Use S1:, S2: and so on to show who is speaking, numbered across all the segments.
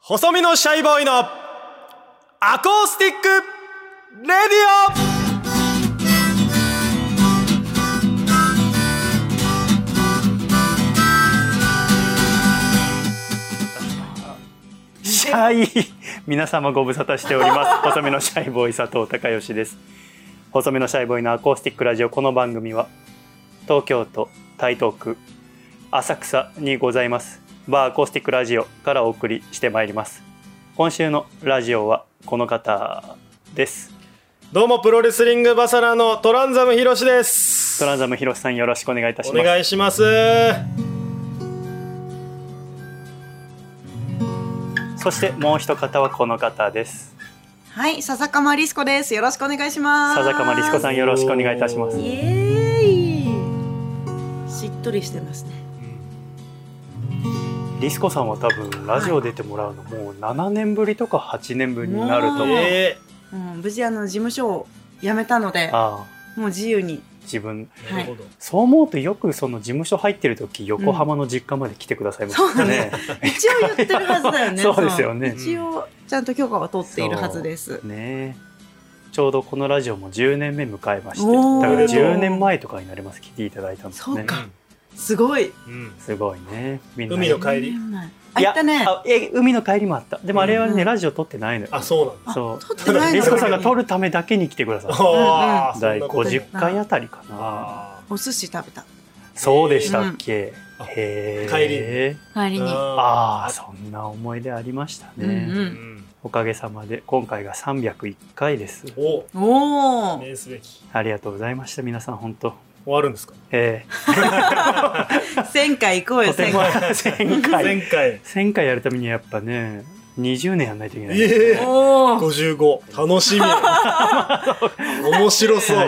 S1: 細身のシャイボーイのアコースティックレディ
S2: シャイ皆様ご無沙汰しております細身のシャイボーイ佐藤孝義です細身のシャイボーイのアコースティックラジオこの番組は東京都台東区浅草にございますバーアコースティックラジオからお送りしてまいります今週のラジオはこの方です
S1: オどうもプロレスリングバサラのトランザムヒロシです
S2: トランザムヒロシさんよろしくお願いいたし
S1: お
S2: ます
S1: 願いします
S2: そしてもう一方はこの方です
S3: はい、笹かまりすこです。よろしくお願いします。
S2: 笹川リスコさんよろしくお願いいたします
S3: イエーイ。しっとりしてますね。
S2: リスコさんは多分ラジオ出てもらうのもう7年ぶりとか8年ぶりになると思う、
S3: うん
S1: え
S3: うん、無事あの事務所を辞めたので、
S2: ああ
S3: もう自由に。
S2: 自分
S1: ー、なるほど、
S2: そう思うとよくその事務所入ってる時横浜の実家まで来てくださいましたね、
S3: 一応言ってるはずだよ ね。
S2: そうですよね
S3: そう一応ちゃんと許可は取っているはずです。
S2: ねえちょうどこのラジオも10年目迎えまして
S3: おー
S2: だから10年前とかになります聞いていただいたんです
S3: そ
S2: ね
S3: うかすごい。
S1: うん、
S2: すごいねみんな
S1: 海の帰り。
S3: あ、
S2: い
S3: 行
S2: や
S3: ったね。
S2: あえ海の帰りもあったでもあれはね、
S3: うん
S2: ラジオ撮ってないのよ
S1: あそうなんだ
S2: そう
S3: 取ってないの
S2: リスコさんが撮
S3: る。
S2: るためだけに来てくださっ
S1: あー
S2: た
S1: そん
S2: 第
S1: なこと
S2: 50回あたりかな
S1: あ
S3: お寿司食べた。
S2: そうでしたっけ、
S1: うんあ
S2: へ
S1: 帰
S2: え
S3: 帰り
S1: ー
S3: に。
S2: ああそんな思い出ありましたね、
S3: うんうん
S1: うんうん
S2: おかげさまで今回が301回です
S1: お
S3: お お。
S1: 記念すべき
S2: ありがとうございました皆さん本当
S1: 終わるんですか
S2: え
S3: 千回行こう
S2: え
S3: よ。
S2: とて
S3: 千
S2: も1000
S3: 回。
S1: 前
S2: 回
S1: 回
S2: 1000回やるためにはやっぱね20年やんないといけない、
S1: ええ
S3: おお。
S1: 55楽しみ面白そう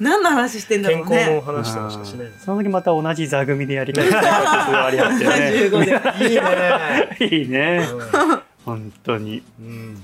S3: 何の話してんだ
S1: 健
S3: ろう
S1: 康の
S3: ね。
S1: 話とかしかしないです
S2: その時また同じ座組でやり たいなっていうのがありあってね
S3: 75で。
S1: いいね
S2: いいね本当に
S1: うん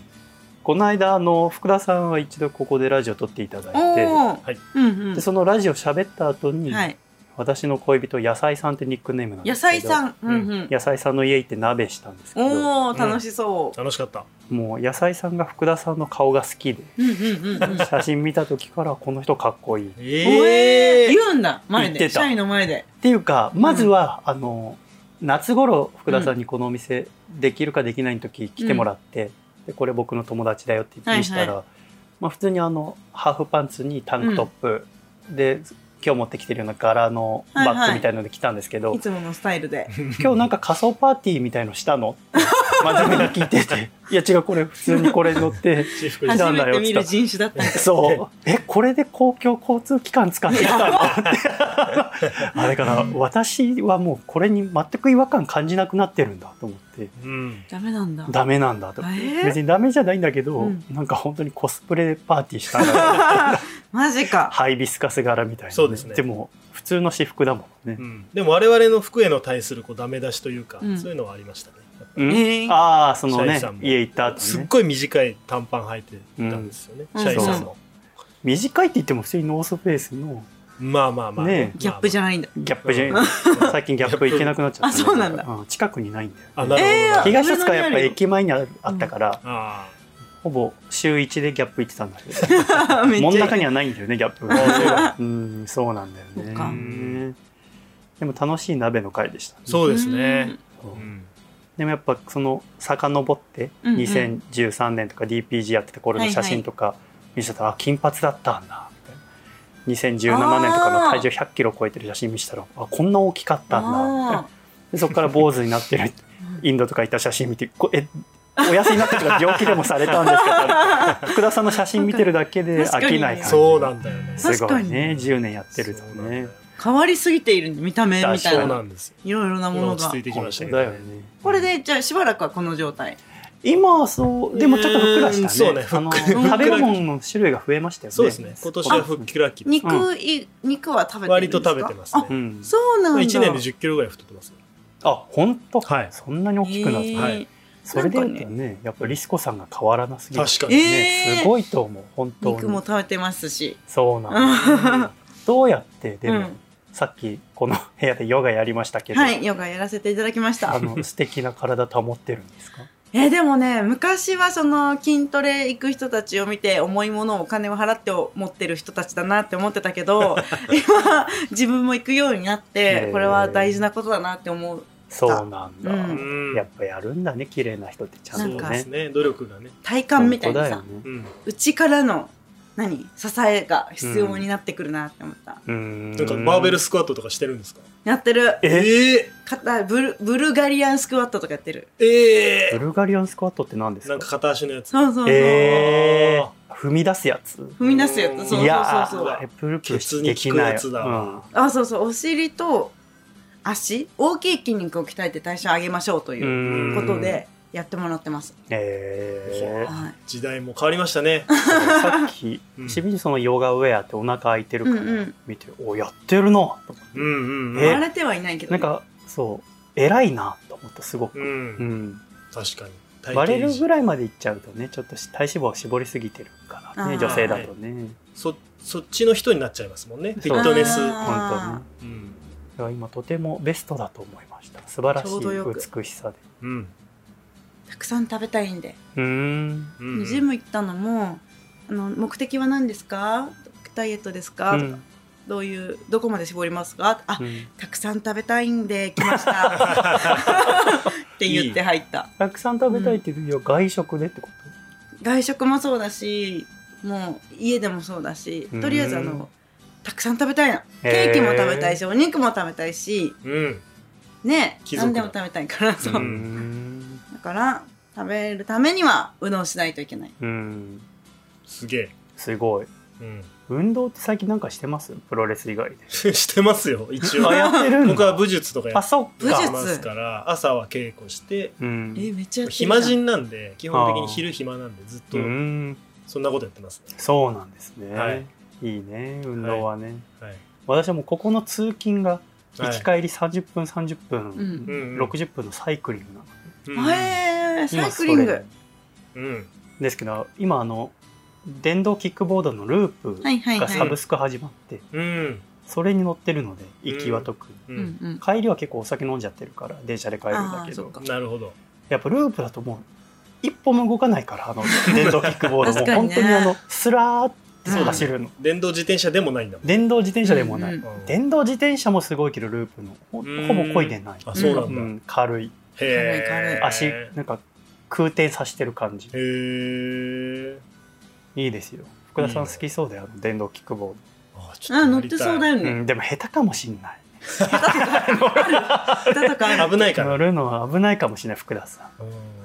S2: この間あの福田さんは一度ここでラジオ撮っていただいて
S3: おお。
S1: はい
S3: うんうん
S2: で。そのラジオ喋った後に、
S3: はい。
S2: 私の恋人野菜さんってニックネームなんで
S3: 野
S2: すけど
S3: 菜さん。うんうん。
S2: 野菜さんの家行って鍋したんですけど
S3: おお、
S1: ん
S3: 楽しそ
S1: 楽しかった
S2: もう野菜さんが福田さんの顔が好きで
S3: う。うんうんうんうん。
S2: 写真見た時からこの人かっこいいっ
S3: ええ
S1: え
S3: 言うんだ前
S2: 言
S3: で
S2: ってた
S3: 社員の前で
S2: ていうかまずは、あの夏頃福田さんにこのお店できるかできない時来てもらって、でこれ僕の友達だよって言ってしたら、
S3: はいは
S2: まあ、普通にあのハーフパンツにタンクトップ、で今日持ってきてるような柄のバ
S3: はい
S2: ッ
S3: は
S2: グ
S3: い
S2: みたいので来たんですけど、
S3: いつものスタイ ルで
S2: 今日なんか仮装パーティーみたいのしたのって真面目に聞いて て「いや違うこれ普通にこれ乗って
S1: 私服
S2: はい
S1: で
S3: 初
S2: たん
S3: め
S2: だよ
S3: て見る人種だ ったんだ
S2: そう。え、これで公共交通機関使ってきたのって。あれから、私はもうこれに全く違和感感じなくなってるんだと思って、
S1: うん
S3: ダメなんだ
S2: ダメなんだと。
S3: え
S2: 別
S3: ー、
S2: にダメじゃないんだけど、
S3: うん
S2: なんか本当にコスプレパーティーしたん だ
S3: マジか
S2: ハイビスカス柄みたいな、
S1: そうですね
S2: でも、普通の私服だもんね
S1: う。んでも我々の服への対するこうダメ出しというか
S3: うん
S1: そういうのはありましたね
S2: うん
S3: えー
S2: ああ、そのね
S1: シャイさん、も
S2: 家行った後
S1: すっ
S2: ね。
S1: ごい短い短パン履いてたんですよね
S3: うん
S1: 社員さんも
S2: 短いって言っても普通にノースフェイスの
S1: まあまあまあ
S2: ね
S3: ギャップじ
S1: ゃ
S3: ゃないんだ
S2: ギャップじゃ、最近ギャップ行けなくなっちゃったね、
S3: あそうなんだ
S2: 近くにないんだよ。
S1: あなるほど
S3: えー
S1: な
S2: 東塚はやっぱ駅前にああったから、
S1: あ
S2: ほぼ週1でギャップ行ってたんだけど
S3: めっちゃ
S2: 真ん中にはないんだよねギャップ
S1: あそう
S2: が
S1: だ
S2: うんそうなんだよ
S3: そ
S2: ね
S3: っか
S2: でも楽しい鍋の会でしたね、
S1: ーそうですね
S2: そう
S1: うん
S2: でもやっぱその遡って
S3: うんうん
S2: 2013年とか DPG やってた頃の写真とか見せたら、あ金髪だったんだみたいな2017年とかの体重1 0 0キロ超えてる写真見せたらあこんな大きかったんだみたいな
S3: あ
S2: でそこから坊主になってるインドとか行った写真見てこえお痩せになったとか病気でもされたんですかとか福田さんの写真見てるだけで飽きない感じ
S1: そうなんだよね
S2: すごい
S3: 確か
S2: ね
S3: に
S2: 10年やってるとね
S3: ー 変わりすぎているんだ見た目みた
S2: 確
S3: い
S2: か
S1: そう
S2: に
S3: な
S1: なんですよ
S3: いろいろなも
S1: 今
S3: の
S1: 落ち
S3: が
S1: 着いてきましたけ
S2: 本当だ
S1: ど
S2: よ
S1: ね
S2: ね
S3: これでじゃあしばらくはこの状態
S2: 今はそうでもちょっとふっくらした
S1: うーんそ
S2: ね
S1: うねふっくら
S2: あの食べ物の種類が増えましたよね
S1: そうですね今年はふっきらき
S3: 肉い、肉は食べてるんですか
S1: 割と食べてますね
S3: あ
S2: うん
S3: そうなん
S1: ま
S3: だ
S1: あ1年で1 0キロぐらい太ってますよ
S2: あ本当
S1: はい
S2: そんなに大きくなっ
S3: え
S2: て
S3: ー
S1: はい
S2: それで言うとねやっぱりリスコさんが変わらなすぎる
S1: 確か
S3: え
S1: に
S3: ー
S2: ねすごいと思う本当
S3: 肉も
S2: に
S3: 食べてますし
S2: そうなんだどうやってで
S3: う
S2: も
S3: ん
S2: さっきこの部屋でヨガやりましたけど
S3: はいヨガやらせていただきました
S2: あの素敵な体保ってるんですか
S3: えでもね昔はその筋トレ行く人たちを見て重いものをお金を払って持ってる人たちだなって思ってたけ ど今自分も行くようになっ
S2: へ
S3: て
S2: ー
S3: これは大事なことだなって思う
S2: そうなんだ、
S3: うん
S1: うん
S2: やっぱやるんだね綺麗な人ってちゃん
S3: なん
S2: と
S3: か
S1: そうです
S2: ね
S1: ね努力がね
S3: 体感みたい
S2: 本当
S3: な
S2: だよ
S3: さ、
S2: ね
S1: うん
S3: 内からの何支えが必要になってくるなって思った、
S2: うん
S1: なんかバーベルスクワットとかしてるんですか
S3: やってる
S2: え
S1: え
S3: 肩ブルブルガリアンスクワットとかやってる
S1: ー、え
S2: ブ
S1: ー
S2: ルガリアンスクワットって何です
S1: な
S2: か
S1: んか片足のやつ
S3: そうそうそう、
S2: えー
S1: あ、
S2: 踏み出すやつ
S3: 踏み出すやつそうそう
S2: いや
S3: そうそう
S2: ープルプルしてできない
S1: ケツに効くやつだ
S2: うん
S3: あそうそうお尻と足大きい筋肉を鍛えて代謝を上げましょうという
S2: う
S3: ことでやってもらってます、
S2: えー、
S3: はい
S1: 時代も変わりましたね
S2: さっき
S1: うん
S2: 清水そのヨガウェアってお腹空いてるか
S3: うんう
S2: ら
S3: ん
S2: 見て、おやってるなと思って
S1: うんうんうん、
S2: え
S3: 割れてはいないけど
S2: なん
S3: ね、
S2: かそう偉いなと思ったすごく、
S1: う
S2: うん
S1: ん、確かに体
S2: バレるぐ
S1: らい
S2: らいまでいっちゃうとねちょっとし体脂肪絞りすぎてるからね
S3: あー
S2: 女性だとね
S1: そそっちの人になっちゃいますもんねフィ
S2: そう
S1: ットネス、
S3: あ
S2: 本
S1: うんうん
S2: 当ねいや今とてもベストだと思いました素晴らし
S3: ちょうどよ
S2: い
S3: く
S2: 美しさで
S1: うん
S3: たくさん食べたいんで、
S2: うーん
S1: うん、
S3: ジム行ったのもあの目的は何ですかダイエットですか、
S2: うん
S3: どういうどこまで絞りますかあ、
S2: うん
S3: たくさん食べたいんで来ました って言って入った
S2: たくさん食べたいっていうよりは外食でってこ
S3: 外食もそうだしもう家でもそうだしとりあえずあ
S2: うん
S3: のたくさん食べたい
S2: へ
S3: な
S2: ー
S3: ケーキも食べたいしお肉も食べたいし
S1: うん
S3: ね
S1: 貴族
S3: 何
S1: だ
S3: でも食べたいから
S2: と
S3: そう、
S1: ん
S2: ん
S3: だから食べるためには運動しないといけない
S2: うん
S1: すげえ、
S2: すごい
S1: うん、
S2: 運動って最近なんかしてますプロレス以外で
S1: してますよ一応
S2: あやってるんだ
S1: 僕は武術とかや
S2: あ
S1: っ
S2: そっ
S1: て
S3: 武
S2: か
S3: 術
S1: ますから朝は稽古して
S2: うん
S3: えめっちゃやってるじゃ
S1: 暇
S3: ん
S1: 人なんで基本的に昼暇なんでずっ
S2: う
S1: と
S2: ん
S1: そんなことやってますね、
S2: そうなんですね、
S1: はい
S2: い、いね運動はね、
S1: はい
S2: 私はもうここの通勤が
S1: はい
S2: 行き帰り30分30分、
S3: うん
S1: うん
S2: 60分のサイクリングなの
S1: うん
S3: へーサ
S2: 今
S3: イクリン
S2: そ
S3: グ
S2: れ
S1: うん
S2: ですけど今あの電動キックボードのループ
S3: はいはい
S2: が
S3: はい
S2: サブスク始まって、
S1: うん
S2: それに乗ってるので行きは特に、
S1: う
S3: うん
S1: ん
S3: うん
S2: 帰りは結構お酒飲んじゃってるから電車で帰るんだけ
S3: あーそっ
S2: ど
S3: か
S1: なるほど
S2: やっぱループだともう一歩も動かないからあの電動キックボードも
S3: 確かに
S2: 本
S3: ね
S2: 当にあのスラーって
S3: うん
S2: 走るの、
S1: 電動自転車でもないんだもん
S2: 電動自転車でもない、
S3: うん
S1: うん
S2: 電動自転車もすごいけどループのほ
S1: うん
S2: ほぼ漕いでない、
S1: あそうな
S2: うん
S1: だ、
S2: ん、軽い
S1: へ
S3: 軽い軽
S1: ー
S3: い
S2: 足
S1: へ
S2: なんか空転させてる感じ
S1: え
S2: いいですよ福田さん
S1: いいね
S2: 好きそうだよあの電動キックボー
S1: あちょっ
S3: あ
S1: と
S3: 乗
S1: や
S3: っ
S1: り
S3: て
S1: たい
S3: そうだよ
S2: ド、う
S3: ね
S2: ん、でも下手かもしんない
S3: 下手とかある
S1: 危ないから、
S2: 乗るのは危ないかもしれない福田さん、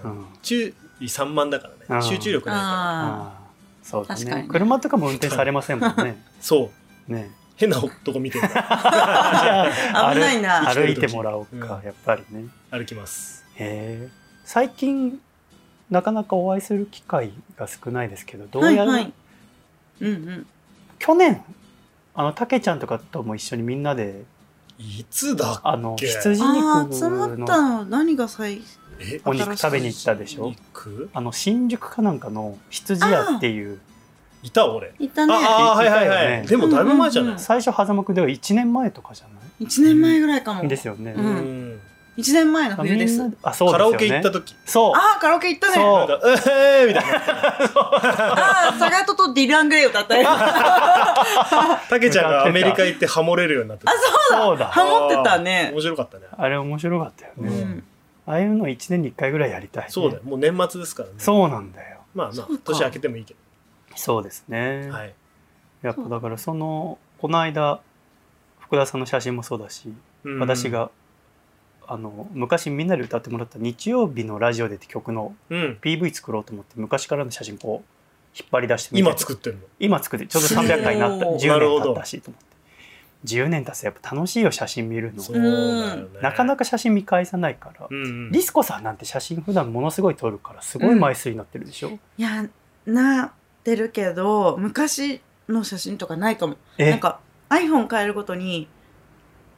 S1: う
S2: うんん、
S1: 注意散漫だからね
S2: あー
S1: 集中力ないか
S3: あ
S2: あーそうだ
S3: 確かに
S2: ね
S3: ね
S2: 車とかも運転されませんもん ね
S1: らそう
S2: ね
S1: 変なとこ見てるから
S3: ー危な いな
S1: あれ
S2: 歩いてもらおうか、
S1: うん
S2: やっぱりね
S1: 歩きます
S2: へえ最近なかなかお会いする機会が少ないですけどどうやら、
S3: はいはいうんうん
S2: 去年あのたけちゃんとかとも一緒にみんなで
S1: いつだ
S2: あの
S1: Okay
S2: 羊
S3: あ
S2: 肉
S3: ー集まった
S2: の
S3: の何が最
S1: え
S2: お肉食べに行ったでしょ
S1: 肉
S2: あの新宿かなんかの羊屋っていう
S1: いた俺
S3: いたね
S1: ああーはいはい
S2: いた
S1: は
S2: よ
S1: い
S2: ね
S1: でもだいぶ前じゃない
S3: うん
S2: 最初狭間くんでは1年前とかじゃな
S3: 1年前ぐらいかも
S2: いですよね、
S1: う
S3: う
S1: んん
S3: 1年前の
S2: あ
S3: 冬
S2: み
S3: で
S2: ん
S3: す
S2: なあそう
S1: カ
S2: です
S1: ラ
S2: よ
S1: オ
S2: ね
S1: ケ行った時
S2: そう
S3: ああカラオケ行ったね
S2: そ
S1: な
S2: うん
S1: か「ええー!」みたい な
S3: ああサガトとディラン・グレイ歌ったよあ
S1: たけちゃんがアメリカ行ってハモれるようになってた
S3: そうだ
S2: そうだ
S3: ハモってたね
S1: 面白かったね
S2: あれ面白かったよね、
S1: う
S3: うんん
S2: ああいうの1年に1回ぐらいやりたいね、
S1: そうだよもう年末ですからね
S2: そうなんだよ
S1: まあまあ
S3: そうか
S1: 年明けてもいいけ
S2: そうですね、
S1: どはい
S2: やっぱだからそのこの間福田さんの写真もそうだし、
S1: うん
S2: 私があの昔みんなで歌ってもらった「日曜日のラジオで」って曲の
S1: うん
S2: PV 作ろうと思って昔からの写真こう引っ張り出してみて
S1: 今作ってんの
S2: 今作ってちょうど300回になった
S3: お
S2: 10
S3: ー
S1: なるほ
S2: 年
S1: ど
S2: 経ったしと思って10年経つとやっぱ楽しいよ写真見るの
S1: そうだよね
S2: なかなか写真見返さないから、
S1: うんうん
S2: リスコさんなんて写真普段ものすごい撮るからすごい枚数になってるでしょ、
S3: いやなってるけど昔の写真とかないかも
S2: え
S3: なんか iPhone 変えるごとに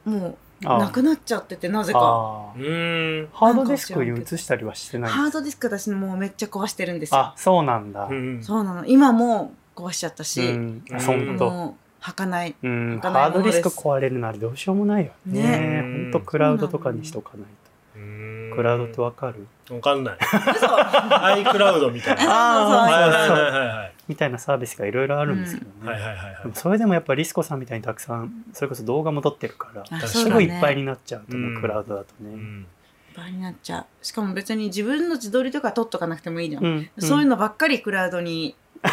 S3: もう
S2: あ
S3: なくなっちゃっててなぜか
S2: あ
S1: うーん
S2: ーハードディスクに写したりはしてないん
S3: ハ
S2: で
S3: ー
S2: す
S3: ドディスク私もうめっちゃ壊してるんですよ
S2: あそうなんだ、
S1: うん
S3: そうなの今もう壊しちゃった
S2: う
S3: し
S2: ん、あそう本当、
S3: もう履か ない
S2: うん、
S3: わかんない
S2: ハー
S3: も
S2: ド
S3: の
S2: デ
S3: で
S2: ィス
S3: す
S2: ク壊れるならどうしようもないよね。
S3: ね
S2: 本当クラウドとかにしとかないと。
S1: うーん
S2: クラウドってわかる
S1: わかんない。
S3: 嘘そうそう
S1: アイクラウドみたい な。はい
S3: そう
S1: はいはいはいはい。
S2: みたいなサービスがいろいろあるんですけどね、
S1: はいはいはいは
S2: で
S1: い
S2: も。それでもやっぱリスコさんみたいにたくさんそれこそ動画も撮ってるから
S3: あ
S1: 確かに
S3: そう
S2: す
S3: だ
S2: ご
S3: ね
S2: いいっぱいになっちゃうと思う、
S1: うん
S2: クラウドだと
S1: う
S2: ね、
S1: ん
S3: いっぱいになっちゃうしかも別に自分の自撮りとか撮っとかなくてもいいじゃん、
S2: うん
S3: そういう
S2: の
S3: のばっかりクラウ ドにこ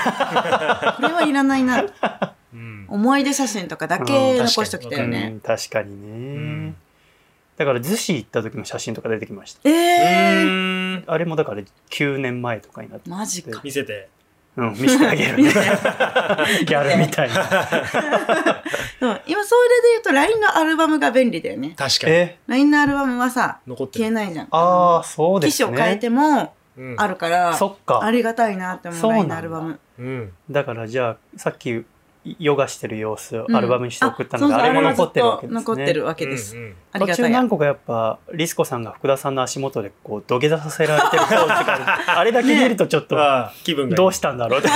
S3: れはいらないな
S1: うん。
S3: 思い出写真とかだけ残しときたよね、
S2: 確かにね、
S1: うん
S2: だから逗子行った時の写真とか出てきました
S1: う
S3: ええ
S1: ーん
S2: あれもだから9年前とかになって
S3: ー、マジか
S1: 見せて。
S2: うん、見せてあげるギ ャルみたいな
S3: そう今それで言うと LINE のアルバムが便利だよね
S1: 確かに。
S2: え
S3: LINE のアルバムはさ
S1: 残って
S3: 消え
S1: る。
S3: ないじゃん
S2: ああそうで
S3: 機
S2: す
S3: 種を変え
S2: ね
S3: ても
S1: うん
S3: あるから、
S2: そっ
S3: あ
S2: か
S3: りがたいなって思
S2: そううなん
S3: LINE
S2: だ
S3: のアルバム
S1: うん。
S2: だからじゃあさっきヨガしてる様子を
S3: うん
S2: アルバムにして送ったので、
S3: そうそう
S2: あれも
S3: はず
S2: 残ってるわ
S3: と
S2: けですね
S3: 残ってるわけです、
S1: うんうん
S3: あり
S2: 途
S3: が
S2: 中
S3: たいや
S2: 何個かやっぱリスコさんが福田さんの足元でこう土下座させられてるポーズがあるあれだけ見るとちょっと
S1: ああ気分がいい
S2: どうしたんだろうって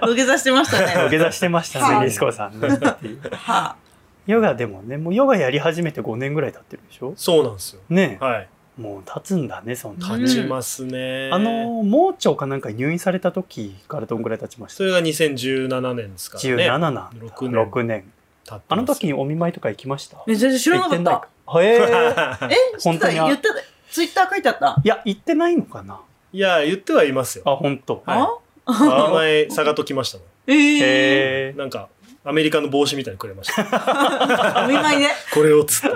S3: 土下座してました
S2: 土
S3: ね
S2: 下座してました
S3: は
S2: ね
S3: い
S2: リスコさんねっていう
S3: は
S2: ヨガでもねもうヨガやり始めて5年ぐらい経ってるでしょ
S1: そうなんですよ。
S2: ねえ
S1: はい。
S2: もう経つんだねそんな、
S3: うん
S1: 立ちますね。
S2: あの盲腸かなんかに入院された時からどんぐらい経ちまし
S1: そ
S2: た
S1: れが2017年ですからね。
S2: 17なんだ
S1: 六年
S2: 六年
S1: 経ってます
S2: あ の時にお見舞いとか行きました
S3: あ、ね全然知らなか
S2: 行
S3: っ
S2: ってない
S3: た
S2: か へえ
S3: え知っ
S2: 本当
S3: てた
S2: にあ
S3: 言ってたツイッター書いてあった
S2: いや行ってないのかない
S1: や言ってはいますよ。
S2: あ本当
S1: はい
S3: あ
S1: 名前下がときましたも
S3: えー、
S2: へえ
S1: ん。なんかアメリカの帽子みたいにくれま した。
S3: お見舞いね
S1: これをつって。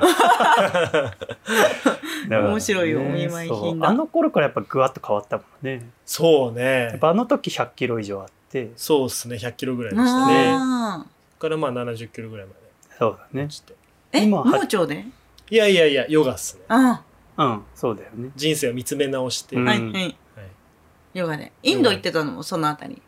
S3: 面白いよお見舞い品
S2: そう
S3: だ
S2: あの頃からやっぱぐわっと変わったもんね
S1: そう
S2: やっ
S1: ね。
S2: ぱあの時1 0 0キロ以上あって
S1: そうですね。100キロぐらいでしたね。そ
S3: あ
S1: こからまあ70キロぐらいま
S2: そうだ
S1: で
S2: ね
S1: 落ちて。
S3: ーえ
S2: 今
S3: 盲
S2: は
S3: 腸で
S1: いやいやいやヨガっすね。
S3: あ
S2: うんそうだよね
S1: 人生を見つめ直して。
S2: う
S3: ー
S2: ん
S3: はいはいヨガでインド行ってたのもそのあたり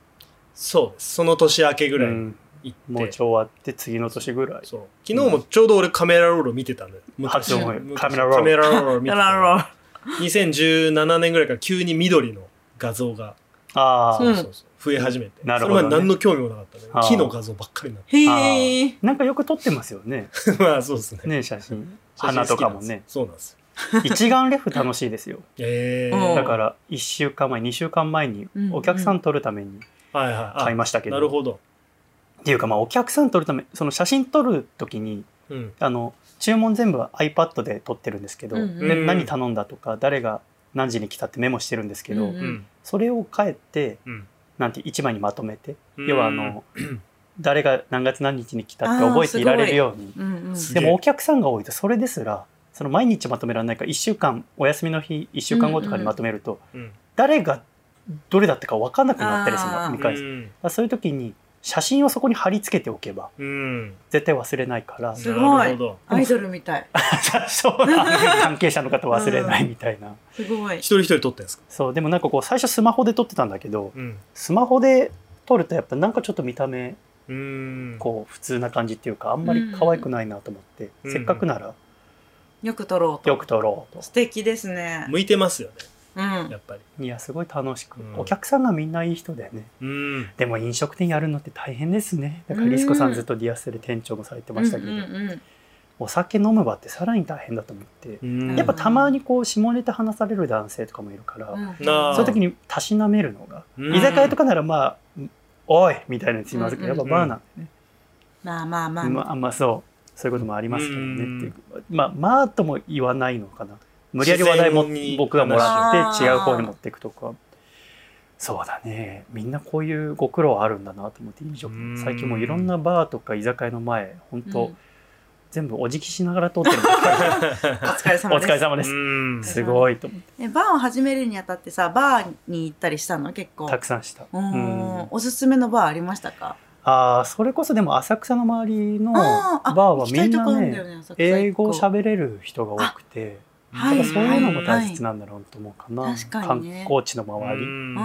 S1: そうです。その年明けぐらいうに
S2: ん
S1: 行って。
S2: もう終わって次の年ぐらい
S1: そう昨日もちょうど俺カメラロール見てたんだよ。昔
S2: あそう
S1: 昔
S2: カメラロール
S1: カメラロール見て
S3: だ
S1: た
S3: ら
S1: の。
S3: ら
S1: 2017年ぐらいから急に緑の画像が
S2: ああ、
S3: うん
S1: そうそう増え始めて、
S2: なる
S1: そ
S2: ほ
S1: れ
S2: どね
S1: まで何の興味もなかったね
S2: あー
S1: 木の画像ばっかりになっ
S3: へえ
S2: なんかよく撮ってますよね
S1: て まあそうですね
S2: ね写真
S1: 写真
S2: 花とか
S1: 好
S2: も
S1: き なん
S2: ね
S1: ですそうなんですよ
S2: 一眼レフ楽しいですよ
S1: ええ
S3: うん
S2: だから1週間前2週間前に
S3: うん
S2: お客さん撮るために
S1: はいはいあ
S2: 買いましたけど,、
S1: なるほど、
S2: っていうかまあお客さん撮るためその写真撮る時に
S1: うん、
S2: あの注文全部 iPad で撮ってるんですけど、
S3: うん
S1: う
S2: で
S1: ん
S2: 何頼んだとか誰が何時に来たってメモしてるんですけど、
S3: うん
S1: うん
S2: それを変えて
S1: うん
S2: なんて一枚にまとめて、
S1: うん
S2: 要はあの誰が何月何日に来たって覚えていられるように
S3: うんうん
S1: す
S2: で
S1: ごい
S2: もお客さんが多いとそれですらその毎日まとめられないから1週間お休みの日1週間後とかにまとめると、
S1: うん
S2: 誰がどれだったか分かんなくなったりするの
S3: あー
S2: 見
S1: う
S2: 返すだか
S1: ん
S2: らそういう時に写真をそこに貼り付けておけば
S1: うん
S2: 絶対忘れないから
S3: すご
S1: ないるほど
S3: アイドルみたい
S2: そうだ関係者の方忘れないみたいな、
S3: すご い
S1: 一人一人撮ってんですか、
S2: そうでもなんかこう最初スマホで撮ってたんだけど
S1: うん
S2: スマホで撮るとやっぱなんかちょっと見た目
S1: うん、
S2: こう普通な感じっていうかあんまり可愛くないなと思って、
S1: うん
S2: せっかくなら
S3: よく撮ろうと
S2: よく撮ろうと、
S3: 素敵ですね
S1: 向いてますよね
S3: うん
S1: やっぱり
S2: いやすごい楽しく、
S1: うん
S2: お客さんがみんないい人だよね
S1: うん
S2: でも飲食店やるのって大変ですねだからリスコさ
S3: うん
S2: んずっとディアステで店長もされて
S3: う
S2: ま
S3: ん
S2: したけど、
S3: うん
S2: お酒飲む場ってさらに大変だと思って、
S1: うん
S2: やっぱたまにこう下ネタ話される男性とかもいるから、
S3: うん
S1: なあ
S2: そういう時にたしなめるのが、
S1: うん
S2: 居酒屋とかならまあ「おい!」みたいなやついますけど、
S3: うん
S2: やっぱバーなんでね、
S3: まあまあまあ、
S2: まあまあそうそういうこともありますけどね
S1: うん
S2: っていうまあまあとも言わないのかな無理やり話題も
S1: 自然に
S2: 僕がもらっ
S3: 話して
S2: て違う方に持っていくとかそうだねみんなこういうご苦労あるんだなと思って飲食
S1: うん
S2: 最近もういろんなバーとか居酒屋の前本当、
S3: うん
S2: 全部お辞儀しながら通ってるんです
S3: お疲れ
S2: け
S3: 様
S2: どお
S3: で
S2: 疲
S3: す
S2: れ様です、
S1: うん
S2: すごいと思って
S3: えバーを始めるにあたってさバーに行ったりしたの結構
S2: たくさんした、
S3: お
S2: うん
S3: ーおすすめのバーありましたか
S2: あーそれこそでも浅草の周りの
S3: あ
S2: バ
S3: ーあ
S2: ーはみん
S3: 行きたいとこ
S2: な
S3: ある
S2: ね
S3: だよね浅草
S2: 英語を
S3: 一個
S2: 喋れる人が多くてだ
S3: は
S2: か
S3: い
S2: らそういうのも大切なんだろうと思うかな、
S3: はい確かにね
S2: 観光地の周り、
S1: うん
S3: う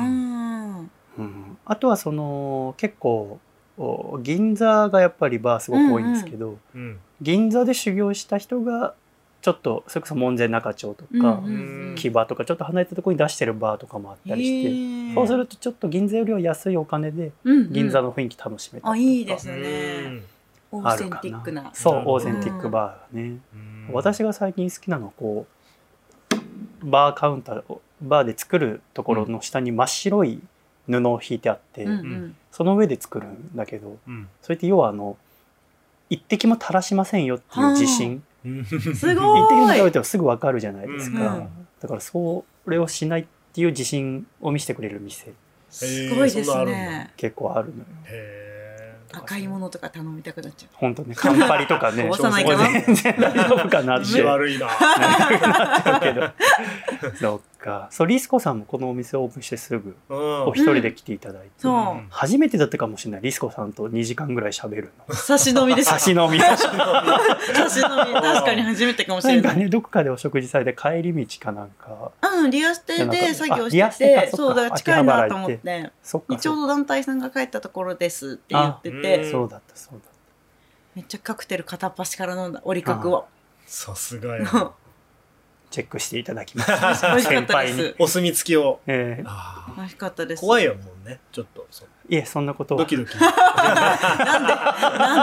S3: ん
S2: うんあとはその結構お銀座がやっぱりバーすごく多いんですけど、
S1: うん
S2: 銀座で修行した人がちょっとそれこそ門前仲町と
S3: うん
S2: か、
S3: うんうん
S2: 木場とかちょっと離れたところに出してるバーとかもあったりして、
S3: へー
S2: そうするとちょっと銀座よりは安いお金で
S3: うんうん
S2: 銀座の雰囲気楽しめた
S3: あ
S2: り
S3: いい
S2: とか
S3: ですねオーセンティックな
S2: そう
S1: なるほど
S2: オーセンティックバーがね、
S1: うん
S2: 私が最近好きなのはこうバーカウンターをバーで作るところの下に真っ白い布を引いてあって、
S3: うんうん
S2: その上で作るんだけど
S1: うん
S2: それって要はあの一滴も垂らしませんよっていう自信
S3: す
S2: 一滴も
S3: ご
S2: 垂られ
S3: い
S2: てもすぐ分かるじゃないですか、
S3: うん
S2: だからそれをしないっていう自信を見せてくれる店
S3: すごいで
S1: へーそんな
S3: す
S1: あるん
S3: ね
S2: 結構あるのよ
S1: へー
S3: 赤いものとか頼みたくなっちゃ
S2: 本当 ねカンパリとかね
S3: 壊さないかな
S2: 全然大丈夫かな
S1: 意
S2: っ
S1: 地
S2: て
S1: 悪いな
S2: だけ どそっかそうリスコさんもこのお店をオープンしてすぐ
S1: うん
S2: お一人で来ていただいて、
S3: うそう
S1: うん
S2: 初めてだったかもしれないリスコさんと2時間ぐらい喋る
S3: う差し飲み
S2: の
S3: です
S2: 差し飲みな
S3: 差し飲み 確かに初めてかもしれ
S2: ん
S3: な
S2: か
S3: い
S2: ねどこかでお食事されて帰り道かなんか
S3: うん、リアステで作業
S2: リ
S3: し
S2: ア
S3: て
S2: ステか
S3: て
S2: そっか
S3: そうだ近いなと思っ
S2: 秋
S3: て
S2: そっ
S3: で
S2: か
S3: ちょう
S2: そっ
S3: ど団体さんが帰ったところですって言って
S1: あうん
S3: て
S2: そうだったそうだっ
S3: めっちゃカクテル片っ端から飲んだ折り角を
S1: さすがや
S3: の
S2: たチェックしていただきました、
S3: 美味しかったで
S2: 先輩
S3: す
S1: お墨付きを
S2: えー
S1: あ
S3: 美味しかったで
S1: ー
S3: す
S1: 怖いよもうねちょっとそう
S2: いえ そんなことは
S1: ドキドキ
S3: な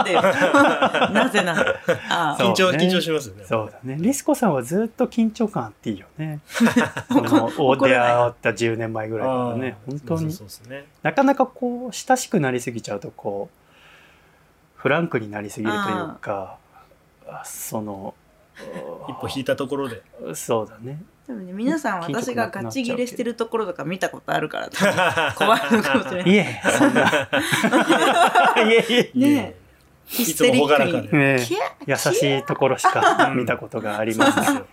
S3: んで よなぜなのあ
S2: そう
S1: 緊張
S2: ね
S1: 緊張しますよね
S2: そうだねリスコさんはずっっと緊張感あっていいよ ねこのお
S3: 怒
S2: 出
S3: ら
S2: 会った10年前ぐらいからね
S1: あー
S2: 本当に
S1: そうそうそうですね
S2: なかなかこう親しくなりすぎちゃうとこうフランクになりすぎるというかその
S1: 一歩引いたところで
S2: そうだね
S3: でもね皆さん
S2: 緊張
S3: 私が
S2: 感
S3: ガ
S2: なくなっちゃうけど
S3: チギレしてるところとか見たことある から多分怖いのかも しれない
S2: いえそんな いえいえ
S3: ねヒ
S1: い
S3: ス
S1: つ
S3: テリ
S1: も
S3: ック
S1: 朗らか
S3: に
S1: で
S2: ね
S3: キャー
S2: 優しいところしか見たことがありま
S1: そう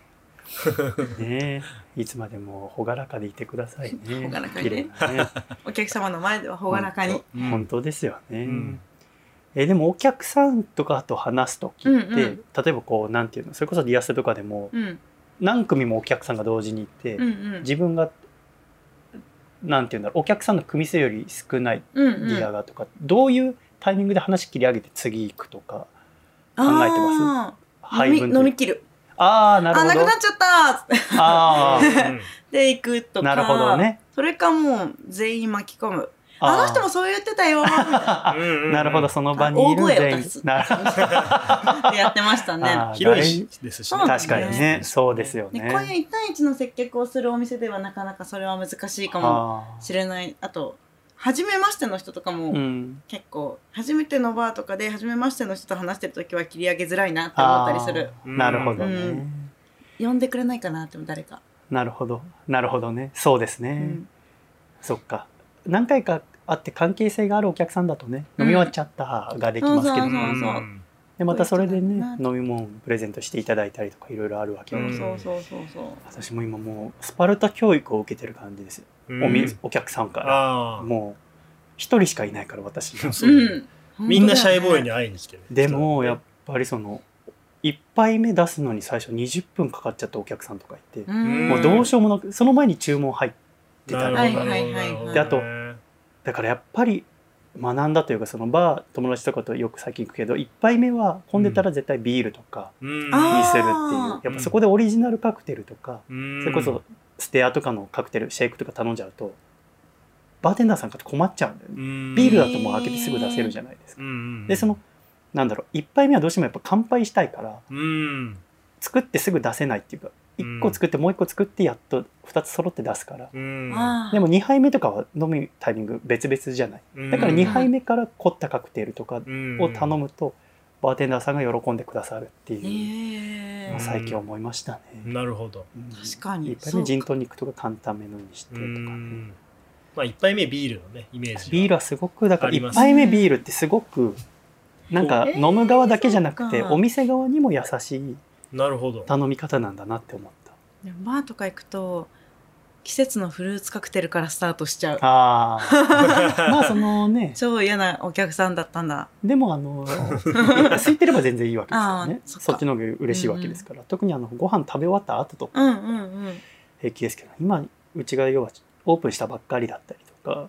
S2: せ
S1: ですよ
S2: んねいつまでも朗らかでいてくださいね
S3: 朗らかにね
S2: 綺麗なね
S3: お客様の前では 朗らかに
S1: うん
S2: 本当ですよね、
S1: うん
S2: えでもお客さんとかと話す時って、
S3: うんうん
S2: 例えばこうなんていうのそれこそリアセとかでも
S3: うん
S2: 何組もお客さんが同時にいて、
S3: うんうん
S2: 自分がなんていうんだろうお客さんの組数より少ない
S3: うんうん
S2: ディアがとか、どういうタイミングで話切り上げて次行くとか考えてます
S3: あー
S2: 配
S3: 飲
S2: 分
S3: み飲み切る
S2: ああなる
S3: あ
S2: ほ
S3: なくな
S2: ど
S3: っちゃったーって
S2: あ
S3: で行く
S2: あ
S3: とか
S2: なるほどね
S3: それかもう全員巻き込むあ
S2: ー
S3: の人もそう言ってたよー
S2: あ
S1: うんうんうん
S2: なるほどその場にいる
S3: 大声を
S2: 全
S3: 出
S2: 員
S3: す
S2: なるほど
S3: ってやってましたね
S2: あー
S1: 広いしですしね
S3: そうだね
S2: 確かにねそうですよ
S3: で
S2: ね
S3: こういう1対1の接客をするお店ではなかなかそれは難しいかも
S2: あ
S3: しれないあと初めましての人とか
S2: ーう
S3: も
S2: ん
S3: 結構初めてのバーとかで初めましての人と話してる時は切り上げづらいなって思ったりする
S2: あーなるほどね、
S3: う呼んでくれないかなっても誰か、
S2: なるほどなるほどねそうですね、
S3: うん
S2: そっか何回か会って関係性があるお客さんだとね、
S3: うん
S2: 飲み終わっちゃったができますけど、
S3: そうそうそう
S2: でまたそれで
S3: そういう人
S2: ね
S3: だな
S2: 飲み物をプレゼントしていただいたりとかいろいろあるわけ
S3: そ
S2: で、
S1: う
S3: う
S1: ん
S3: そうそうそうそう
S2: 私も今もうスパルタ教育を受けてる感じですよ、
S1: うん
S2: おみお客さんか
S1: あ
S2: ら
S1: あ
S2: もう一人しかいないから私 が
S1: そう
S3: うん
S1: みんなシャイボーイに
S3: 本
S1: 会いに来てる
S2: でもやっぱりその1杯目出すのに最初20分かかっちゃったお客さんとかいて、
S3: 当だよね
S1: うん
S2: もうどうしようもなくその前に注文入ってたりとか
S1: なるほど
S3: はいはいはいはい
S2: であとだからやっぱり学んだというかそのバー友達とかとよく最近行くけど1杯目は混んでたら絶対ビールとか
S1: うん
S3: あー
S2: にするっていう、やっぱそこでオリジナルカクテルとか、
S1: うん
S2: それこそステアとかのカクテルシェイクとか頼んじゃうとバーテンダーさんから困っちゃうんだよね
S1: うん
S2: ビールだともう開けてすぐ出せるじゃないですか
S1: うんうん
S2: でそのなんだろう1杯目はどうしてもやっぱ乾杯したいから
S1: うん
S2: 作ってすぐ出せないっていうか1
S1: う
S2: 個
S1: ん
S2: 作ってもう1個作ってやっと2つ揃って出すから
S1: うん
S3: あー
S2: でも2杯目とかは飲むタイミング別々じゃないだから2
S3: 二
S2: 杯目から凝ったカクテルとか
S1: うん
S2: を頼むと、バーテンダーさんが喜んでくださるって
S3: ね
S2: いう、
S3: え
S2: もう最近思いましたね。
S1: なるほど
S2: うん
S3: 確かに
S2: いっぱい
S3: そう
S2: ね
S3: か
S2: ジントニックとか簡単めのにして
S1: う
S2: とかね。
S1: んまあ一杯目ビールのねイメージ
S2: ビールはすごくだか
S1: あ
S2: ら
S1: りま
S2: 1
S1: す
S2: 杯目ビールってすごくなんか
S3: えー
S2: 飲む側だけじゃなくて
S3: そうか
S2: お店側にも優しい
S1: なるほど
S2: 頼み方なんだなって思った。
S3: でもバーとか行くと季節のフルーツカクテルからスタートしちゃう
S2: ああ まあその ね
S3: 超嫌なお客さんだったんだ
S2: でもあ の空いてれば全然いいわけですからね
S3: あーそっか
S2: そっちの方が嬉しいわけですから、特にあのご飯食べ終わった後とか
S3: うんうんうん
S2: 平気ですけど今うちが要はオープンしたばっかりだったりとかっ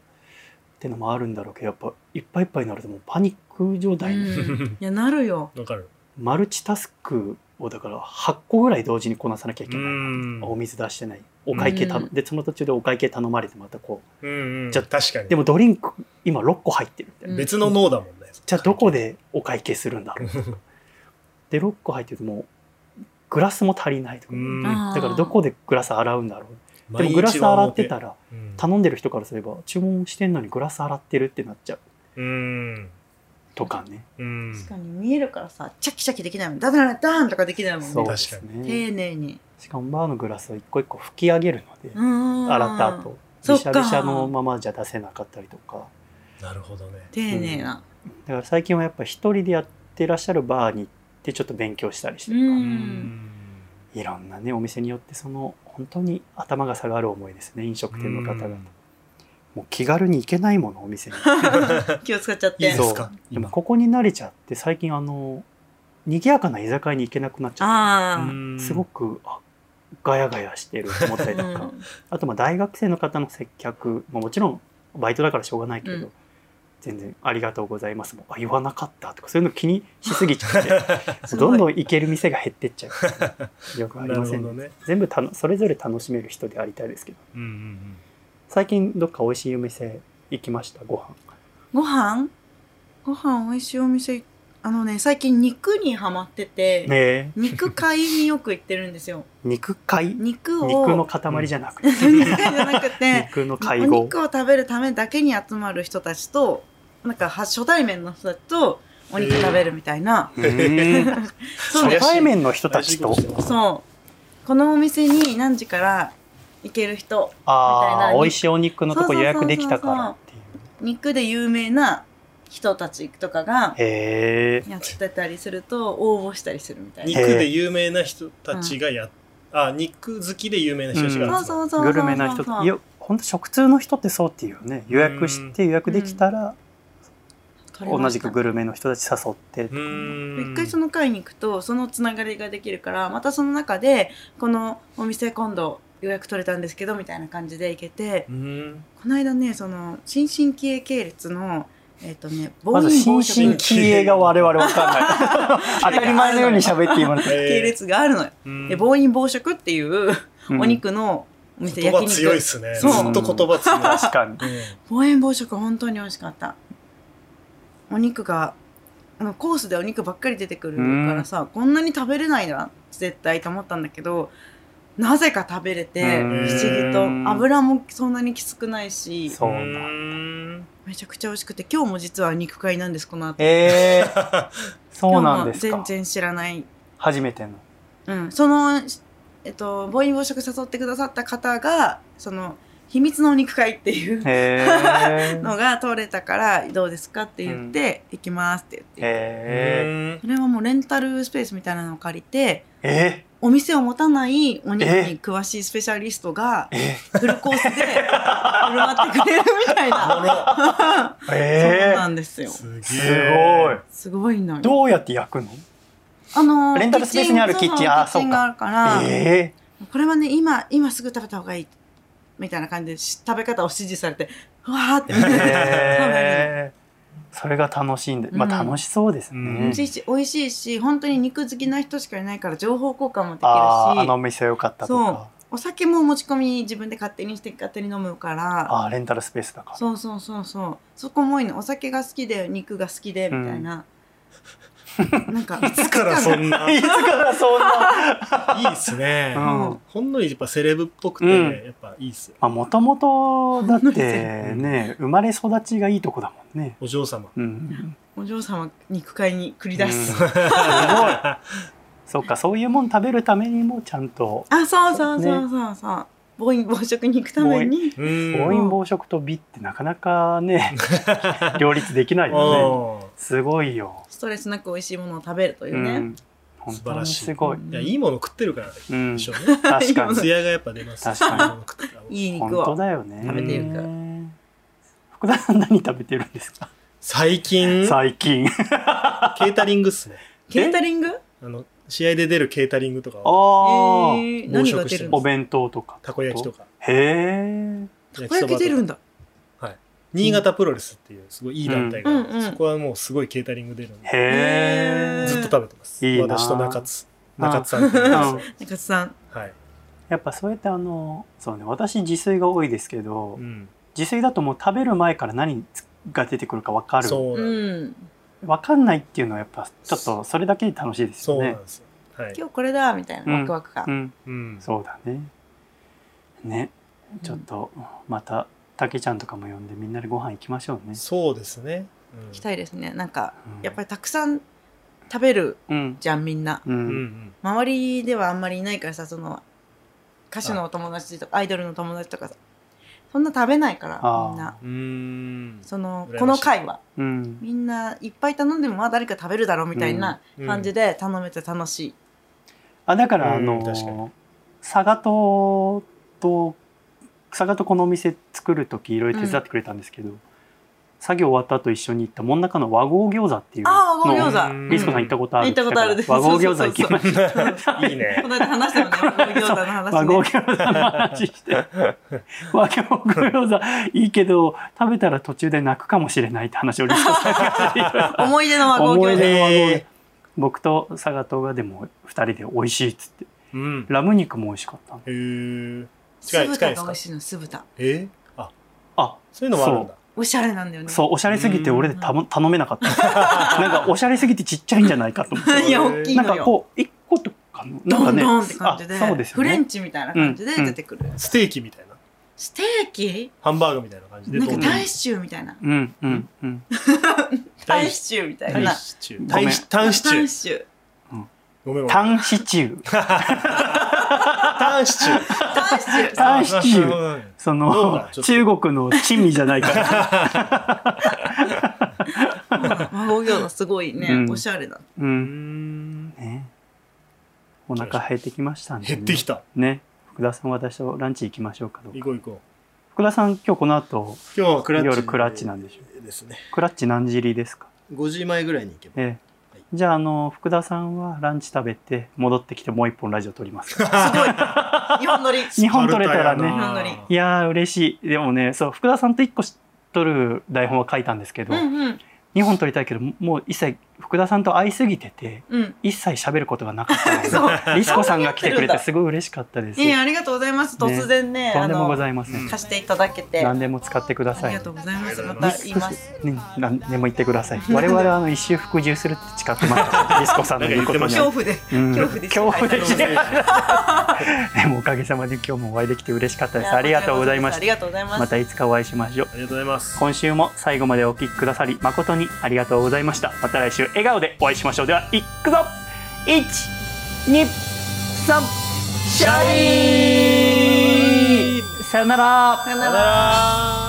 S2: てのもあるんだろうけどやっぱいっぱいいっぱいになるともうパニック状態に、
S3: うんいやなるよ
S1: わかる
S2: マルチタスクをだから8個ぐらい同時にこなさなきゃいけない、
S1: うん
S2: お水出してないお会計た、
S3: うん
S2: でその途中でお会計頼まれてまたこ
S1: うんうん
S2: じゃ
S1: 確か
S2: う
S1: に
S2: でもドリンク今6個入ってるみたいな、
S3: うん
S1: 別の脳だもんね
S2: じゃあどこでお会計するんだろうで6個入ってるともうグラスも足りないとか、
S1: うん
S2: だからどこでグラス洗うんだろう
S1: 毎
S2: でも
S1: 日
S2: グラス洗ってた
S1: は
S2: ら
S1: 表、うん
S2: 頼んでる人からすれば注文してんのにグラス洗ってるってなっちゃう
S1: うん
S2: とかね、
S1: うん
S3: 確かに見えるからさチャキチャキできないもんダダダダーンとかできないもん
S2: そう
S3: ね
S2: ですね
S3: 丁寧に
S2: しかもバーのグラスを一個一個拭き上げるので、洗
S3: 洗
S2: った後
S3: そ
S2: び
S3: っ
S2: し
S3: か
S2: ゃびしゃのままじゃ出せなかったりとか
S1: なるほどね
S3: 丁寧な
S2: だから最近はやっぱ一人でやってらっしゃるバーに行ってちょっと勉強したりして
S3: う
S2: る
S1: うん
S2: いろんなねお店によってその本当に頭が下がる思いですね飲食店の方々、
S1: うん
S2: もう気軽に行けないものお店 に
S3: 気を使っちゃっ
S1: いいで
S3: て
S2: そう
S1: すか
S2: でも
S1: 今
S2: ここに慣れちゃって最近あの賑やかな居酒屋に行けなくなっちゃっ
S3: ああ
S2: てすごくあガヤガヤしてると思ったりとか、あとまあ大学生の方の接客、まあ、もちろんバイトだからしょうがないけど、
S3: うん
S2: 全然「ありがとうございます」もあ言わなかったとかそういうの気にしすぎちゃってどんどん行ける店が減ってっちゃうよくあ り
S1: なる
S2: ま
S1: ほ
S2: せんね
S1: どね
S2: 全部たのそれぞれ楽しめる人でありたいですけど
S1: うんうん
S2: 最近どっか美味しいお店行きましたご飯
S3: ご飯ご飯美味しいお店あのね最近肉にはまってて、
S2: ねえ
S3: 肉買いによく行ってるんで すよ
S2: 肉会
S3: 肉を
S2: 肉の塊じゃなくて、
S3: 肉じゃなくて
S2: 肉の
S3: お
S2: 会合
S3: 肉を食べるためだけに集まる人たちとなんかは初対面の人たちとお肉食べるみたいな、
S2: うーん
S3: そう
S2: 初対面の人たちと
S3: そうこのお店に何時から行ける人
S2: ああ
S3: みたいな
S2: 美味しいお肉のとこ予約できたからっていう
S3: 肉で有名な人たちとかが
S2: へえ
S3: やってたりすると応募したりするみたいな
S1: 肉で有名な人たちがやあ肉好きで有名な人たちが集ま
S3: そう
S1: る
S3: そうそうそうそう
S2: グルメな人いや本当食通の人ってそうっていうよね予約して予約できたら同じくグ
S3: ル
S2: ルメの人たち誘って
S1: うーん
S3: 一回その会に行くとそのつながりができるからまたその中でこのお店今度予約取れたんですけどみたいな感じで行けて
S1: うーん
S3: この間ねその新進気鋭系列のえっ、とね
S2: まず
S3: 暴
S2: 新
S3: 食
S2: 進気鋭が我々わかんない 当たり前のように喋って今の
S1: えー
S3: 系列があるのよ、
S1: うん
S3: で暴飲暴食っていう
S2: うん
S3: お肉のお店、
S1: 言葉
S3: 焼
S1: 強いっ
S3: 肉
S1: すねず
S3: そう
S1: っと言葉強い
S2: 確か に
S3: 暴飲暴食本当に美味しかったお肉があのコースでお肉ばっかり出てくるからさ、こんなに食べれないな絶対と思ったんだけどなぜか食べれて
S2: う
S1: ん
S3: 不思議と油もそんなにきつくないし
S2: そう
S1: う
S2: なんだ
S1: ーん
S3: めちゃくちゃ美味しくて今日も実は肉買いなんですこの後
S2: えー、 そうなんです
S3: 今日も
S2: か
S3: 全然知らない
S2: 初め ての
S3: うん、その、えっと、暴飲暴食誘ってくださった方が、その、秘密のお肉会っていう
S2: へえー
S3: のが取れたから、どうですかって言って、行きますって言って。
S2: え
S3: それはもうレンタルスペースみたいなのを借りて、
S2: ー、え
S3: お店を持たないお肉
S2: え
S3: に詳しいスペシャリストが
S2: ー、、え
S3: フルコースで振る舞ってくれるみたいな。
S2: ー、
S3: そう
S2: え
S3: な
S2: ー、
S3: んですよ。
S1: す
S2: す
S1: げ
S2: ごい
S1: え
S3: すごいのよ。
S2: どうやって焼くの
S3: あの
S2: レンタルスペースにあるキッチンあー
S3: そうそうキッチンがあるから、
S2: え
S3: これはね今今すぐ食べた方がいいみたいな感じでし食べ方を指示されてうわーっ
S2: ー、
S3: て そうなん
S2: えー、それが楽しいんで、まあ
S3: うん
S2: 楽しそうですね、
S1: うん
S3: です美味しいし美味しいし本当に肉好きな人しかいないから情報交換もできるし
S2: あああのお店良かったと
S3: そう
S2: か
S3: お酒も持ち込み自分で勝手にして勝手に飲むから
S2: ああレンタルスペースだから
S3: そうそうそうそうそこも多いのお酒が好きで肉が好きでみたいな、なん かい
S1: いつからそんない
S2: いつからそんな、
S1: いっすね
S2: うん
S1: ほんのりやっぱセレブっぽくて
S2: うん
S1: やっぱいいっすよ
S2: まあ、もともとだってね生まれ育ちがいいとこだもんね
S1: お嬢様
S2: うん
S3: お嬢様肉買いに繰り出す、
S2: うんそうかそういうもん食べるためにもちゃんと
S3: あそうそうそうそうそう、暴飲暴食に行くために
S1: うーん
S2: 暴飲暴食と美ってなかなか ね両立できないよ ね
S1: うん
S2: すごいよ、
S3: ストレスなく美味しいものを食べるといううね。
S2: ん、本当にすごい、
S1: いやいいもの食ってるから
S2: うん
S1: でしょうね
S2: 確か
S1: ツ
S2: に
S1: ヤがやっぱ出ます
S2: 確か
S1: い
S2: に
S1: いもの食ってたら
S3: いい
S2: 本
S3: 肉
S2: 当
S3: を。
S2: だよね
S3: 食べてるから
S2: 福田さん何食べてるんですか
S1: 最近
S2: 最近
S1: ケータリングっすね
S3: ケータリング
S1: あの試合で出るケータリングとか
S2: あ
S1: を
S2: あ、
S3: えー何が出る
S2: お
S3: の
S2: 弁当とか
S1: たこ焼きとか
S2: へえ
S3: たこ焼き出るんだ。
S1: 新潟プロレスっていうすごいいい団体が、
S3: うんうんうん
S1: そこはもうすごいケータリング出るんで、
S2: へ
S3: へー
S2: え
S1: ずっと食べてます。
S2: いいな
S1: 私と中津、
S2: あ
S1: 中津さんっていう
S2: う
S1: 人
S2: ん
S3: 中津さん。
S1: はい。
S2: やっぱそうやってあのそうね私自炊が多いですけ
S1: う
S2: ど
S1: ん、
S2: 自炊だともう食べる前から何が出てくるか分かる
S1: そうなん、
S3: うん。
S2: 分かんないっていうのはやっぱちょっとそれだけで楽しいです
S1: そ
S2: よ
S1: うな
S2: ね
S1: んですよ。はい
S3: 今日これだみたいなワクワク感、
S2: うん、
S1: うん
S2: そうだねねちょっとまたたけちゃんとかも呼んでみんなでご飯行きましょうね
S1: そうですね、うん、
S3: 行きたいですねなんかやっぱ
S2: り
S3: りたくさん食べる
S2: うん
S3: じゃんみんな
S2: う
S1: うんうんん
S3: 周りではあんまりいないからさその歌手のお友達とかアイドルの友達とかさそんな食べないから
S2: あー
S3: みんな
S1: うーん
S3: その
S1: 羨ましい
S3: この回は
S2: うん
S3: みんないっぱい頼んでもまあ誰か食べるだろうみたいな
S1: うん
S3: 感じで頼めて楽しい、
S2: あだからあ
S1: うん
S2: の
S1: 確かに
S2: 佐賀とと佐賀とこのお店作る時いろいろ手伝ってくれたんですけど、作業終わった後一緒に行った真ん中の和合餃子っていう
S3: ああ和合
S2: の
S3: 餃
S1: う
S3: 子、
S1: ん
S2: リスコさん行ったことある
S3: 行ったことあるです
S2: 和合餃子行きまし
S3: そうそうそう
S1: いいね
S3: この間話したよね和合餃子の
S2: た
S3: 話
S2: 和合
S3: ね
S2: 餃子の話して 和合餃子いいけど食べたら途中で泣くかもしれないって話をリスコさんがしていた
S3: 思い出の和合
S2: 思い
S3: 餃
S2: 出
S3: 子
S2: の和合餃
S1: え
S2: 子僕と佐賀とがでも2人で美味しいっつって
S1: ーうん
S2: ラム肉も美味しかった
S1: へー
S3: 酢
S1: 近い近いです
S3: 豚が
S1: か
S3: 美味しいの酢豚
S1: えあ
S2: あ
S1: そういうのもあるんだ
S3: おしゃれなんだよね
S2: そうおしゃれすぎて俺でたも頼めなかった なんかおしゃれすぎてちっちゃいんじゃないかと思っ
S3: いや大き
S2: て
S3: い
S2: な
S3: の
S2: ん
S3: よ
S2: かこう1個とかの
S3: ド
S2: なんか
S3: ンドンって感じで
S2: あそうですよ
S3: フレン
S2: ね
S3: チみたいな感じで出てくる、
S1: ステーキみたいな
S3: ステーキ
S1: ハンバーグみたいな感じで
S3: なん
S1: ど
S3: か
S1: うぞ
S3: 大シチューみたいな
S2: うんうんうん
S3: 大シチューみたい
S1: タン
S3: な
S1: シチュ
S2: ごめ
S1: ー
S2: ん
S1: タンシタンシチュ
S3: タン
S1: ー
S3: シチュ
S1: ご
S3: ー
S1: めんごめん
S2: タンシチ
S1: タンシチ
S2: ュー
S1: ュー
S3: タンシチュー
S2: タンシチュー
S1: ー
S2: そ
S1: どう
S2: の
S1: だ ちょっと
S2: 中国の珍味じゃないから
S3: 和合餃子すごいね、
S2: うん
S3: おしゃれだ
S2: う
S1: うんん
S2: ねお腹減ってきましたんでね
S1: 減ってきた
S2: ね福田さん私とランチ行きましょうかどうか
S1: 行こう行こう
S2: 福田さん今日この後
S1: 今日はクラッチ
S2: 夜クラッチなんでしょ
S1: ですね
S2: クラッチ何時入りですか
S1: 5時前ぐらいに行けば
S2: ええ
S1: はい
S2: じゃああの福田さんはランチ食べて戻ってきてもう一本ラジオ撮りますから
S3: す ごい日本撮り
S2: 日本撮れたら
S1: スパルタ
S2: ね
S1: やない
S2: やー嬉しいでもねそう福田さんと一個し撮る台本は書いたんですけど、
S3: う
S2: 日
S3: んうん
S2: 2本撮りたいけどもう一切福田さんと会いすぎてて
S3: うん
S2: 一切喋ることがなかった の で
S3: そう
S2: リスコさんが来てくれ
S3: そうなって
S2: て
S3: るんだ
S2: すごい嬉しかったです、
S3: いやありがとうございます突然ね
S2: と
S3: あ
S2: んでもご
S3: の
S2: ざいません、
S1: うん
S3: 貸していただけて
S2: 何でも使ってくだ
S3: あ
S2: さ
S3: り
S2: い
S3: がとうございますま
S1: ありがとう
S3: た
S1: ございます
S3: 言います
S2: ね、何でも言ってください。我々はあの一周服従するって誓って ます。リスコさんの言うことに
S1: な
S2: は。
S3: 恐怖で
S2: うん
S3: 恐怖です
S2: 恐怖でし
S3: は
S2: たで もおかげさまで今日もお会いできて嬉しかったです。ありがとうございま
S3: あ
S2: し
S3: りがとうございま
S2: た。
S3: す
S2: またいつかお会いしましょう。
S1: ありがとうございます
S2: 今週も最後までお聞きくださり誠にありがとうございました。また来週笑顔でお会いしましょう。では、いっくぞ !1、2、3、シャイさよなら
S3: さよ
S1: さよ
S3: な
S1: な
S3: ら
S1: ら